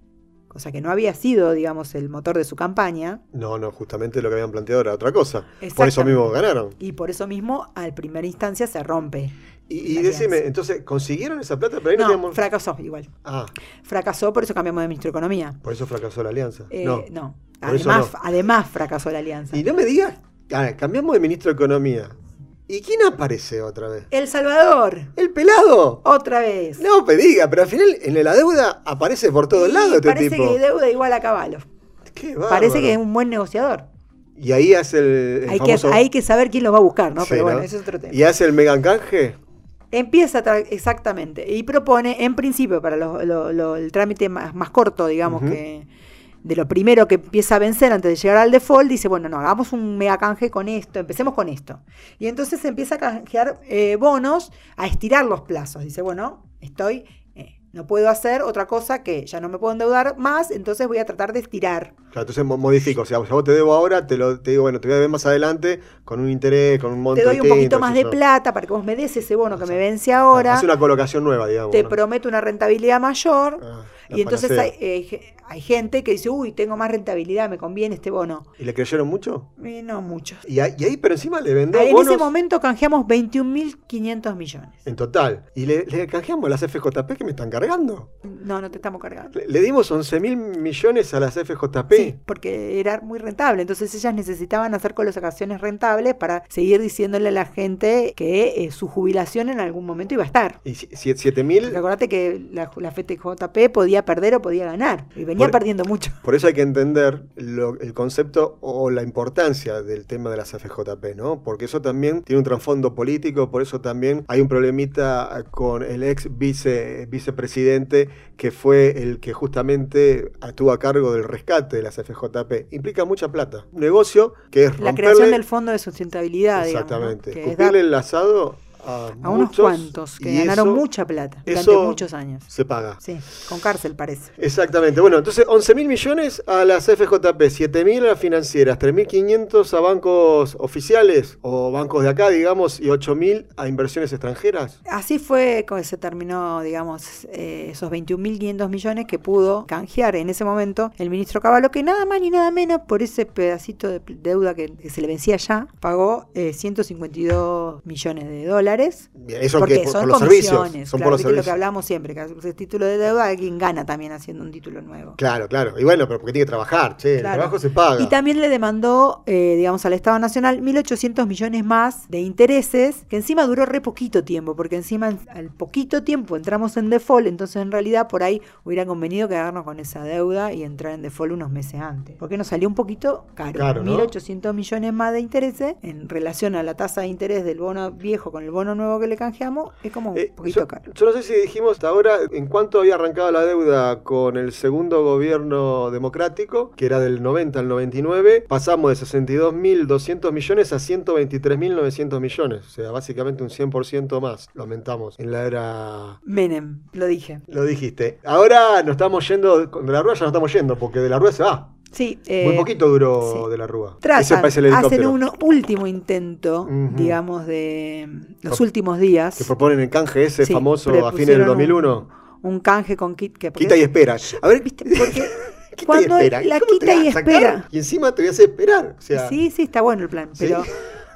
cosa que no había sido, digamos, el motor de su campaña.
No, no, justamente lo que habían planteado era otra cosa. Por eso
Exactamente.
mismo ganaron.
Y por eso mismo, al primera instancia se rompe.
Y, y
La
decime,
alianza.
entonces, ¿consiguieron esa plata? Pero ahí no,
No,
teníamos-
fracasó igual.
Ah,
Fracasó, por eso cambiamos de ministro de Economía.
por eso fracasó la alianza.
Eh,
no.
no.
Por eso
Además,
no.
además fracasó la alianza.
Y no me digas, ah, cambiamos de ministro de Economía. ¿Y quién aparece otra vez?
El Salvador,
¡El pelado!
otra vez.
No me diga, pero al final en la deuda aparece por todos
Y
lados este
parece
tipo.
que deuda igual a caballo.
Qué
Parece
bárbaro.
que es un buen negociador.
Y ahí hace el, el
Hay que,
famoso...
hay que saber quién los va a buscar, ¿no?
Sí,
Pero bueno,
¿no?
ese es otro tema.
Y hace el mega canje.
Empieza tra- exactamente y propone, en principio, para lo- lo- lo- el trámite más, más corto, digamos,
Ujú.
que de lo primero que empieza a vencer antes de llegar al default, dice, bueno, no, hagamos un mega canje con esto, empecemos con esto. Y entonces empieza a canjear eh, bonos, a estirar los plazos. Dice, bueno, estoy, eh, no puedo hacer otra cosa que ya no me puedo endeudar más, entonces voy a tratar de estirar.
Claro, entonces mo- modifico. O sea, yo te debo ahora, te, lo, te digo, bueno, te voy a ver más adelante con un interés, con un monto
Te doy un
distinto,
poquito
qué
más
sé
de
yo.
plata para que vos me des ese bono que me
Exacto.
vence ahora.
Hace una colocación nueva, digamos.
Te
¿no?
prometo una rentabilidad mayor.
Ah, la
Y entonces hay,
panacea.
eh, ge- hay gente que dice, uy, tengo más rentabilidad, me conviene este bono.
¿Y le creyeron mucho?
Y no muchos.
Y, ahí- y ahí, pero encima le vendemos
en
bonos
ese momento canjeamos 21.500 millones.
en total. Y le, le canjeamos las FJP que me están cargando.
No, no te estamos cargando.
Le, le dimos 11 mil millones a las FJP.
Sí, porque era muy rentable. Entonces ellas necesitaban hacer colocaciones rentables para seguir diciéndole a la gente que eh, su jubilación en algún momento iba a estar.
Y 7 mil...
Porque acordate que la, la FTJP podía perder o podía ganar. Y venía
Por-
perdiendo mucho.
Por eso hay que entender lo- el concepto o la importancia del tema de las FJP, ¿no? Porque eso también tiene un trasfondo político, por eso también hay un problemita con el ex vice, vicepresidente que fue el que justamente estuvo a cargo del rescate de las FJP. Implica mucha plata. Un negocio que es
La
romperle...
creación del fondo de sustentabilidad, digamos, ¿no?
Exactamente.
Que es dar-
escupirle el lazado a,
a unos
muchos,
cuantos que
y
ganaron
eso
mucha plata durante
eso-
muchos años.
Se paga.
Sí, con cárcel parece.
Exactamente. Bueno, entonces 11 mil millones a las FJP, 7 mil a las financieras, 3.500 a bancos oficiales o bancos de acá, digamos, y 8 mil a inversiones extranjeras.
Así fue que se terminó, digamos, eh, esos 21.500 millones que pudo canjear en ese momento el ministro Caballo, que nada más ni nada menos por ese pedacito de pl- deuda que, que se le vencía ya, pagó eh, 152 millones de dólares.
Bien, eso
porque
que por,
son
por los servicios.
comisiones,
Son
claro,
por los
viste lo que
servicios.
hablamos siempre, que el título de deuda alguien gana también haciendo un título nuevo.
Claro, claro. Y bueno, pero porque tiene que trabajar, che, el
Claro.
trabajo se paga.
Y también le demandó, eh, digamos, al Estado Nacional 1.800 millones más de intereses, que encima duró re poquito tiempo, porque encima en- al poquito tiempo entramos en default, entonces en realidad por ahí hubiera convenido quedarnos con esa deuda y entrar en default unos meses antes. Porque nos salió un poquito caro.
Caro, ¿no?
1.800 millones más de intereses en relación a la tasa de interés del bono viejo con el bono bono nuevo que le canjeamos es como un
Eh,
poquito
yo,
caro.
yo no sé si dijimos hasta ahora en cuánto había arrancado la deuda con el segundo gobierno democrático, que era del 90 al 99. Pasamos de 62.200 millones a 123.900 millones. O sea, básicamente un 100% más lo aumentamos en la era...
Menem, lo dije.
Lo dijiste. Ahora nos estamos yendo, de la Rúa ya nos estamos yendo, porque de la Rúa se va.
Sí, eh,
Muy poquito duró
sí.
de la Rúa. Ese
Tratan,
parece el
hacen
helicóptero.
un último intento,
Ujú.
digamos, de los
Pro-
últimos días.
Que proponen el canje ese
Sí,
famoso a fines del
propusieron
2001.
Un, canje con kit que
Quita y espera. A ver,
¿viste? Porque
Quita y
Cuando
espera.
la
¿Cómo te
quita
vas
y
a sacar?
espera.
Y encima te voy a hacer esperar. O sea,
sí, sí, está bueno el plan,
Sí.
pero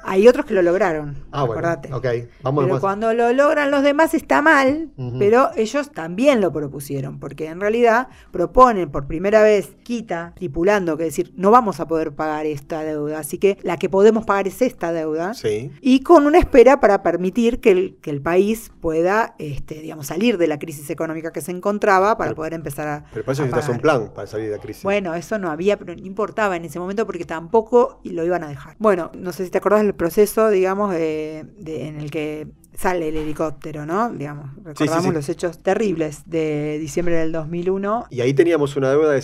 hay otros que lo lograron.
ah, bueno.
acordate.
Ok, vamos
Pero
más.
cuando lo logran los demás está mal,
Ujú.
pero ellos también lo propusieron, porque en realidad proponen por primera vez, quita, tripulando, que decir, no vamos a poder pagar esta deuda, así que la que podemos pagar es esta deuda.
Sí.
Y con una espera para permitir que el, que el país pueda, este, digamos, salir de la crisis económica que se encontraba para
Pero-
poder empezar a...
Pero para eso
a
necesitas un
pagar.
plan para salir de la crisis.
Bueno, eso no había, pero no importaba en ese momento porque tampoco lo iban a dejar. Bueno, no sé si te acordás del proceso, digamos, de- de- en el que sale el helicóptero, ¿no? Digamos, recordamos
sí.
los hechos terribles de diciembre del 2001.
Y ahí teníamos una deuda de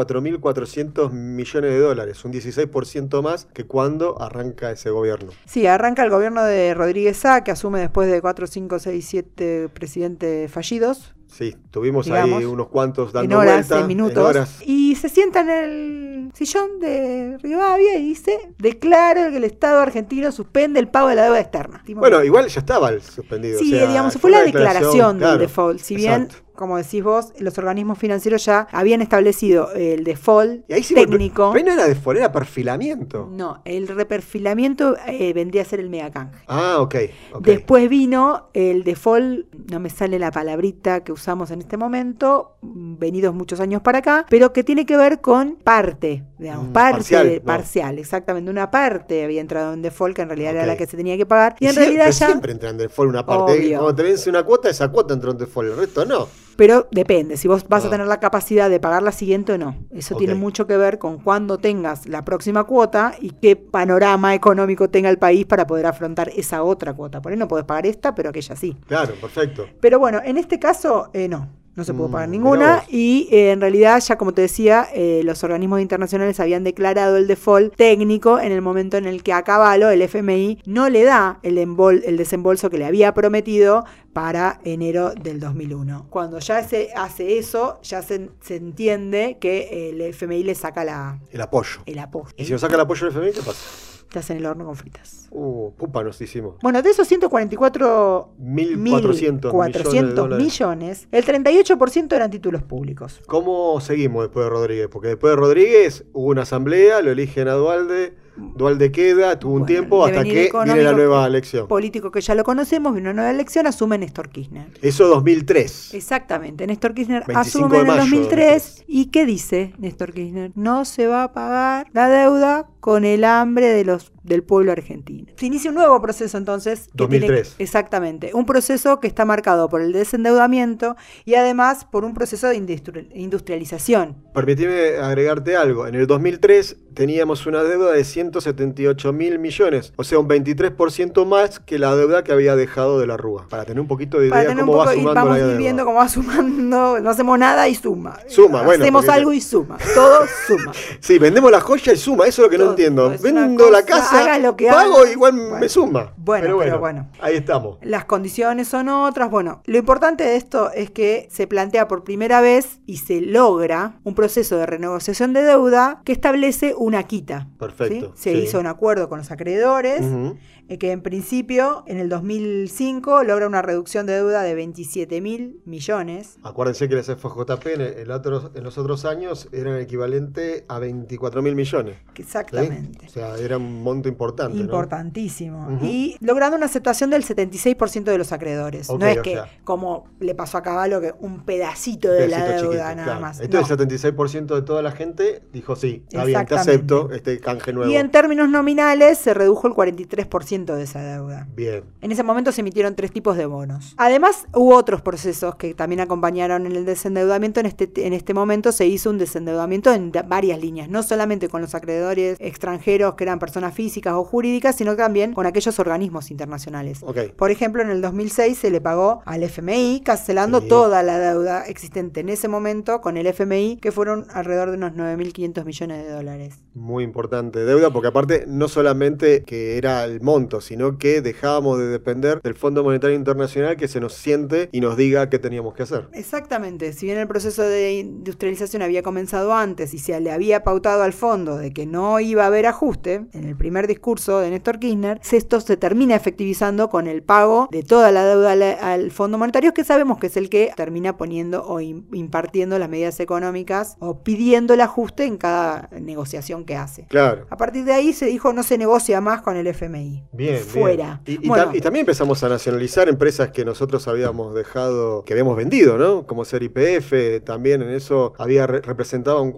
144.400 millones de dólares, un 16% más que cuando arranca ese gobierno.
Sí, arranca el gobierno de Rodríguez Sá, que asume después de 4, 5, 6, 7 presidentes fallidos,
Sí, tuvimos ahí
Digamos,
unos cuantos dando
en horas,
vuelta,
en minutos.
horas.
Y se sienta en el sillón de Rivadavia y dice, declaro que el Estado argentino suspende el pago de la deuda externa.
Bueno, igual ya estaba el suspendido.
Sí,
o sea,
digamos, fue la declaración,
claro,
del default. Si bien,
exacto.
como decís vos, los organismos financieros ya habían establecido el default
Y ahí sí me-
técnico. Mm.
Pero no era default, era perfilamiento.
No, el reperfilamiento eh, vendría a ser el megacanje.
Ah, ok. ok.
Después vino el default, no me sale la palabrita que usamos en este momento, mm, venidos muchos años para acá, pero que tiene que ver con parte, digamos,
Mm,
parte
parcial,
parcial,
no.
parcial, exactamente, una parte había entrado en default que en realidad
Ok.
era la que se tenía que pagar y, en
sie-
realidad
pero
ya,
siempre entra en default una parte. ¿eh?
Obvio.
Cuando te vence una cuota, esa cuota entró en default, el resto no.
pero depende, si vos vas
Ah.
a tener la capacidad de pagar la siguiente o no, eso
Ok.
tiene mucho que ver con cuándo tengas la próxima cuota y qué panorama económico tenga el país para poder afrontar esa otra cuota, por ahí no podés pagar esta, pero aquella sí.
Claro, perfecto.
Pero bueno, en este caso, eh, no. No se pudo
Mm,
pagar
mirá
ninguna.
vos.
Y eh, en realidad, ya como te decía, eh, los organismos internacionales habían declarado el default técnico en el momento en el que a Caballo, el FMI, no le da el, embol- el desembolso que le había prometido para enero del 2001. Cuando ya se hace eso, ya se, se entiende que el FMI le saca la,
El apoyo.
el apoyo.
Y si nos saca el apoyo del FMI, ¿qué pasa?
Estás en el horno con fritas.
Uh, pupa nos hicimos.
Bueno, de esos 144
1.400 millones de
400
dólares.
millones, el 38% eran títulos públicos.
¿Cómo seguimos después de Rodríguez? Porque después de Rodríguez hubo una asamblea, lo eligen a Dualde, Dualde queda, tuvo un
Bueno,
tiempo hasta
devenir
que viene la
económico-
nueva elección.
Político que ya lo conocemos, vino una nueva elección, asume Néstor Kirchner.
Eso 2003.
Exactamente, Néstor Kirchner
25
asume
de
en el
mayo,
2003. ¿Y qué dice Néstor Kirchner? No se va a pagar la deuda con el hambre de los, del pueblo argentino. Se inicia un nuevo proceso entonces. que tiene-
2003.
exactamente, un proceso que está marcado por el desendeudamiento y además por un proceso de industri- industrialización.
Permitime agregarte algo. En el 2003 teníamos una deuda de 178 mil millones, o sea, un 23% más que la deuda que había dejado de la Rúa. Para tener un poquito de idea
Para tener un
cómo va
poco, y
sumando
vamos
la
a ir
deuda.
viendo cómo va sumando, no hacemos nada y suma.
Suma, bueno,
Hacemos
porque-
algo y suma, todo suma.
Sí, vendemos la joya y suma, eso es lo que no
Todo,
entiendo.
es una
Vendo la
cosa,
casa,
hagas lo que
pago
hagas.
igual me
Bueno.
suma.
Bueno, pero bueno.
Ahí estamos.
Las condiciones son otras, bueno, lo importante de esto es que se plantea por primera vez y se logra un proceso de renegociación de deuda que establece una quita. ¿sí?
Perfecto,
Se
sí.
hizo un acuerdo con los acreedores.
Ujú.
eh, que en principio en el 2005 logra una reducción de deuda de 27 mil millones.
Acuérdense que el FJP en, el otro- en los otros años eran equivalente a 24 mil millones. ¿sí?
Exactamente.
O sea, era un monto importante. ¿no?
Importantísimo.
Ujú.
Y logrando una aceptación del 76% de los acreedores.
Ok,
no es
o
que,
sea.
como le pasó a Caballo, que un pedacito de la deuda
Pedacito chiquito,
nada
claro.
más.
Entonces
No.
el 76% de toda la gente dijo sí, está bien, te acepto
Exactamente.
este canje nuevo.
Y en términos nominales se redujo el 43% 10% de esa deuda.
Bien.
En ese momento se emitieron tres tipos de bonos. Además, hubo otros procesos que también acompañaron en el desendeudamiento. En este, en este momento se hizo un desendeudamiento en da- varias líneas, no solamente con los acreedores extranjeros que eran personas físicas o jurídicas, sino también con aquellos organismos internacionales.
Ok.
Por ejemplo, en el 2006 se le pagó al FMI, cancelando
Sí.
toda la deuda existente en ese momento con el FMI, que fueron alrededor de unos 9.500 millones de dólares.
Muy importante deuda, porque aparte no solamente que era el monto, sino que dejábamos de depender del Fondo Monetario Internacional que se nos siente y nos diga qué teníamos que hacer.
Exactamente, si bien el proceso de industrialización había comenzado antes y se le había pautado al fondo de que no iba a haber ajuste, en el primer discurso de Néstor Kirchner, esto se termina efectivizando con el pago de toda la deuda al, al Fondo Monetario, que sabemos que es el que termina poniendo o im- impartiendo las medidas económicas o pidiendo el ajuste en cada negociación que hace.
Claro.
A partir de ahí se dijo no se negocia más con el FMI.
Bien, bien.
Fuera.
Y- Y,
Bueno.
ta- y también empezamos a nacionalizar empresas que nosotros habíamos dejado, que habíamos vendido, ¿no? Como ser IPF, también en eso había re- representado un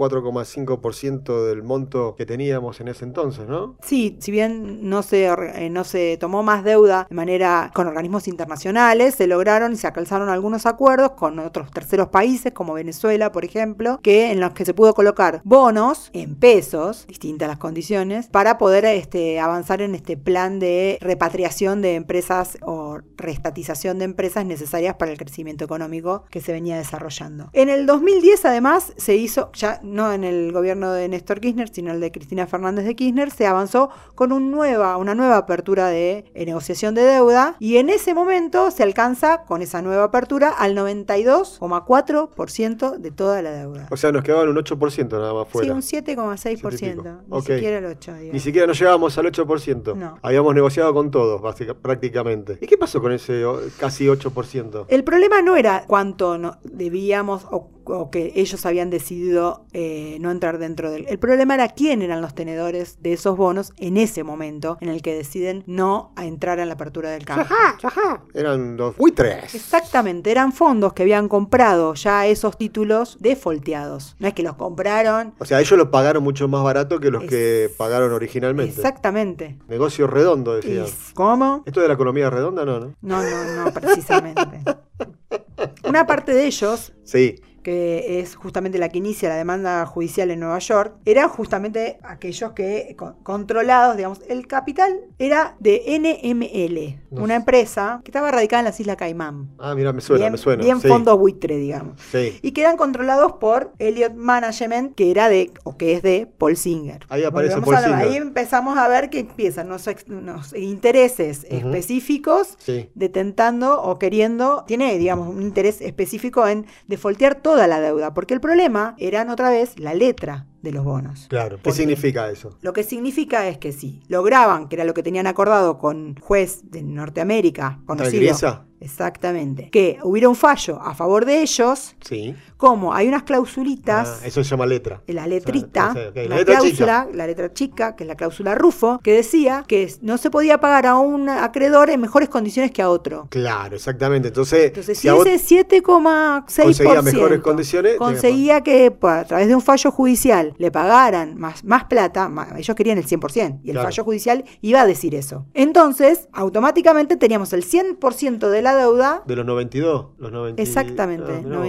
4,5% del monto que teníamos en ese entonces, ¿no?
Sí, si bien no se, or- eh, no se tomó más deuda de manera con organismos internacionales, se lograron y se alcanzaron algunos acuerdos con otros terceros países, como Venezuela, por ejemplo, que en los que se pudo colocar bonos en pesos, distintas las condiciones, para poder este, avanzar en este plan de repatriación de empresas o reestatización de empresas necesarias para el crecimiento económico que se venía desarrollando. En el 2010, además, se hizo, ya no en el gobierno de Néstor Kirchner, sino el de Cristina Fernández de Kirchner, se avanzó con un nueva, una nueva apertura de eh, negociación de deuda y en ese momento se alcanza con esa nueva apertura al 92,4% de toda la deuda.
O sea, nos quedaban un 8% nada más fuera.
Sí, un 7,6%, ni
Ok.
siquiera el 8, digo.
Ni siquiera nos llegábamos al 8%.
No.
Habíamos negociado con todos, básica- prácticamente. ¿Y qué pasó con ese o- casi 8%?
El problema no era cuánto no- debíamos o, o que ellos habían decidido eh, no entrar dentro del. El problema era quién eran los tenedores de esos bonos en ese momento en el que deciden no a entrar a la apertura del campo.
Eran los buitres.
Exactamente, eran fondos que habían comprado ya esos títulos defolteados. No es que los compraron.
O sea, ellos los pagaron mucho más barato que los que
Es-
pagaron originalmente.
Exactamente.
Negocio redondo, decían.
Y- ¿Cómo?
Esto de la economía redonda, no, ¿no?
No, no, no, precisamente. Una parte de ellos
Sí,
que es justamente la que inicia la demanda judicial en Nueva York, eran justamente aquellos que con- controlados, digamos, el capital era de NML,
No
una
sé.
empresa que estaba radicada en las Islas Caimán.
Ah, mira, me suena,
bien,
me suena.
bien
sí,
fondo buitre, digamos.
sí.
Y que eran controlados por Elliot Management, que era de, o que es de Paul Singer.
Ahí aparece
Volvemos
Paul
a lo-
Singer.
Ahí empezamos a ver que empiezan los, ex- los intereses
Ujú.
específicos
Sí.
detentando o queriendo, tiene, digamos, un interés específico en defoltear toda la deuda, porque el problema eran otra vez la letra de los bonos.
Claro. ¿Qué
Porque-
significa eso?
Lo que significa es que si lograban, que era lo que tenían acordado con juez de Norteamérica, conocido,
¿Tranquiliza?
exactamente, que hubiera un fallo a favor de ellos,
Sí.
como hay unas clausulitas
Ah, eso se llama letra.
la letrita,
Sí, sí, ok, la
la
letra
cláusula, la letra chica, que es la cláusula Rufo, que decía que es- no se podía pagar a un acreedor en mejores condiciones que a otro.
Claro, exactamente. Entonces,
Entonces,
si
si
a vos-
ese 7,6%
conseguía mejores condiciones,
conseguía que por- a través de un fallo judicial le pagaran más, más plata, más- ellos querían el 100%, y el
Claro.
fallo judicial iba a decir eso. Entonces, automáticamente teníamos el 100% de la deuda.
de los 92, los 90.
Exactamente,
Ah, mirá vos.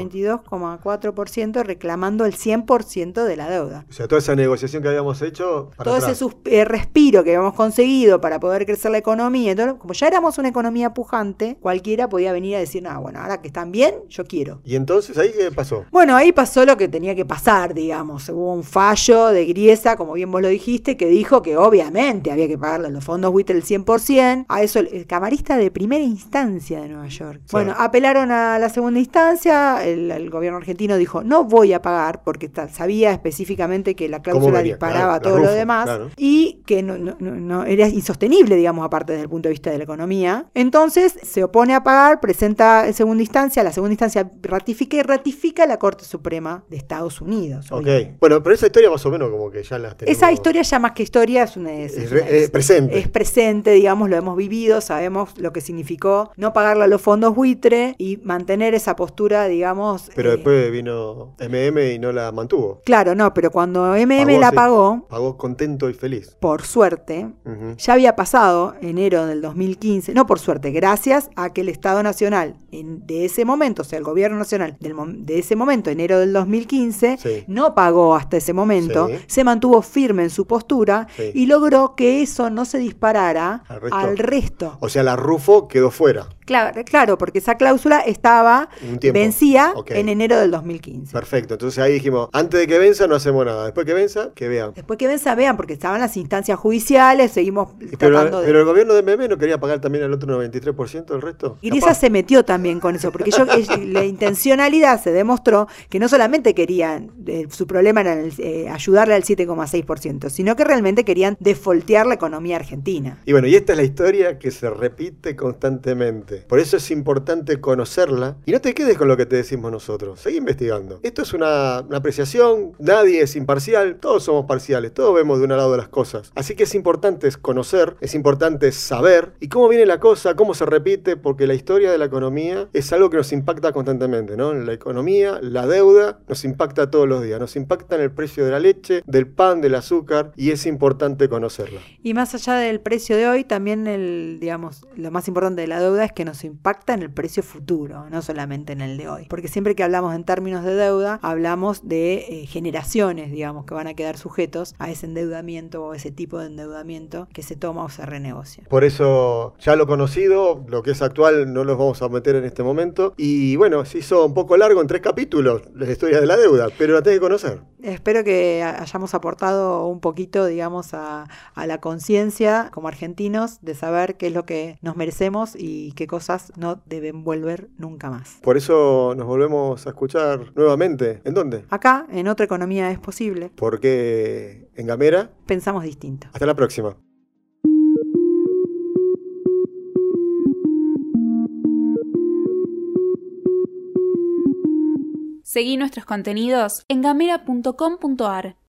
92,4% reclamando el 100% de la deuda.
O sea, toda esa negociación que habíamos hecho. Para
todo
atrás.
ese sus- eh, respiro que habíamos conseguido para poder crecer la economía, y todo, como ya éramos una economía pujante, cualquiera podía venir a decir, ah, bueno, ahora que están bien, yo quiero.
¿Y entonces ahí qué pasó?
Bueno, ahí pasó lo que tenía que pasar, digamos. Hubo un fallo de Griesa, como bien vos lo dijiste, que dijo que obviamente había que pagarle los fondos buitre el 100%. A eso, el- el camarista de primera instancia de Nueva York. Bueno, apelaron a la segunda instancia. El, el gobierno argentino dijo, no voy a pagar, porque ta- sabía específicamente que la
¿Cómo
cláusula
venía? Claro,
disparaba
la
todo lo
Rufo,
demás.
claro.
Y que no, no- no- no- era insostenible, digamos, aparte desde el punto de vista de la economía. Entonces se opone a pagar, presenta en segunda instancia, la segunda instancia ratifica y ratifica la Corte Suprema de Estados Unidos.
Ok.
obviamente.
Bueno, pero esa historia más o menos como que ya la tenemos.
Esa historia ya más que historia es una... Es,
es,
una-
re- es presente.
es presente, digamos, lo hemos vivido, sabemos lo que significó no pagarle a los fondos buitre y mantener esa postura, digamos.
pero
eh,
después vino MM y no la mantuvo.
Claro, no, pero cuando MM
Pagó,
la
sí.
pagó,
Pagó contento y feliz.
por suerte,
Ujú.
ya había pasado enero del 2015, no por suerte, gracias a que el Estado Nacional en- de ese momento, o sea, el Gobierno Nacional del mom- de ese momento, enero del 2015,
Sí.
no pagó hasta ese momento,
Sí.
se mantuvo firme en su postura
Sí.
y logró que eso no se disparara
Al resto.
Al resto.
O sea, la Rufo quedó fuera.
Claro, claro, porque esa cláusula estaba
Un tiempo.
vencía
Ok.
en enero del 2015.
Perfecto. Entonces ahí dijimos, antes de que venza no hacemos nada. Después que venza, que vean.
Después que ven, vean, porque estaban las instancias judiciales, seguimos
Pero,
tratando de...
pero el gobierno de MM no quería pagar también al otro 93% del resto.
Grisa
Capaz.
se metió también con eso, porque yo, es- la intencionalidad se demostró que no solamente querían, eh, su problema era el, eh, ayudarle al 7,6%, sino que realmente querían defoltear la economía argentina.
Y bueno, y esta es la historia que se repite constantemente. Por eso es importante conocerla y no te quedes con lo que te decimos nosotros. Seguí investigando. Esto es una, una apreciación, nadie es imparcial, todos somos parciales, todos vemos de un lado las cosas. Así que es importante es conocer, es importante saber y cómo viene la cosa, cómo se repite, porque la historia de la economía es algo que nos impacta constantemente, ¿no? La economía, la deuda, nos impacta todos los días, nos impacta en el precio de la leche, del pan, del azúcar y es importante conocerla.
Y más allá del precio de hoy, también el, digamos, lo más importante de la deuda es que nos impacta en el precio futuro, no solamente en el de hoy. Porque siempre que hablamos en términos de deuda, hablamos de eh, generaciones, digamos, que van a quedar sujetos a ese endeudamiento o ese tipo de endeudamiento que se toma o se renegocia.
Por eso ya lo conocido, lo que es actual, no los vamos a meter en este momento. Y bueno, se hizo un poco largo en tres capítulos la historia de la deuda, pero la tenés que conocer.
Espero que ha- hayamos aportado un poquito, digamos, a, a la conciencia como argentinos de saber qué es lo que nos merecemos y qué cosas no deben volver nunca más.
Por eso nos volvemos a escuchar nuevamente. ¿En dónde?
Acá, en otra economía es posible,
Porque en Gamera.
pensamos distinto.
Hasta la próxima.
Seguí nuestros contenidos en gamera.com.ar.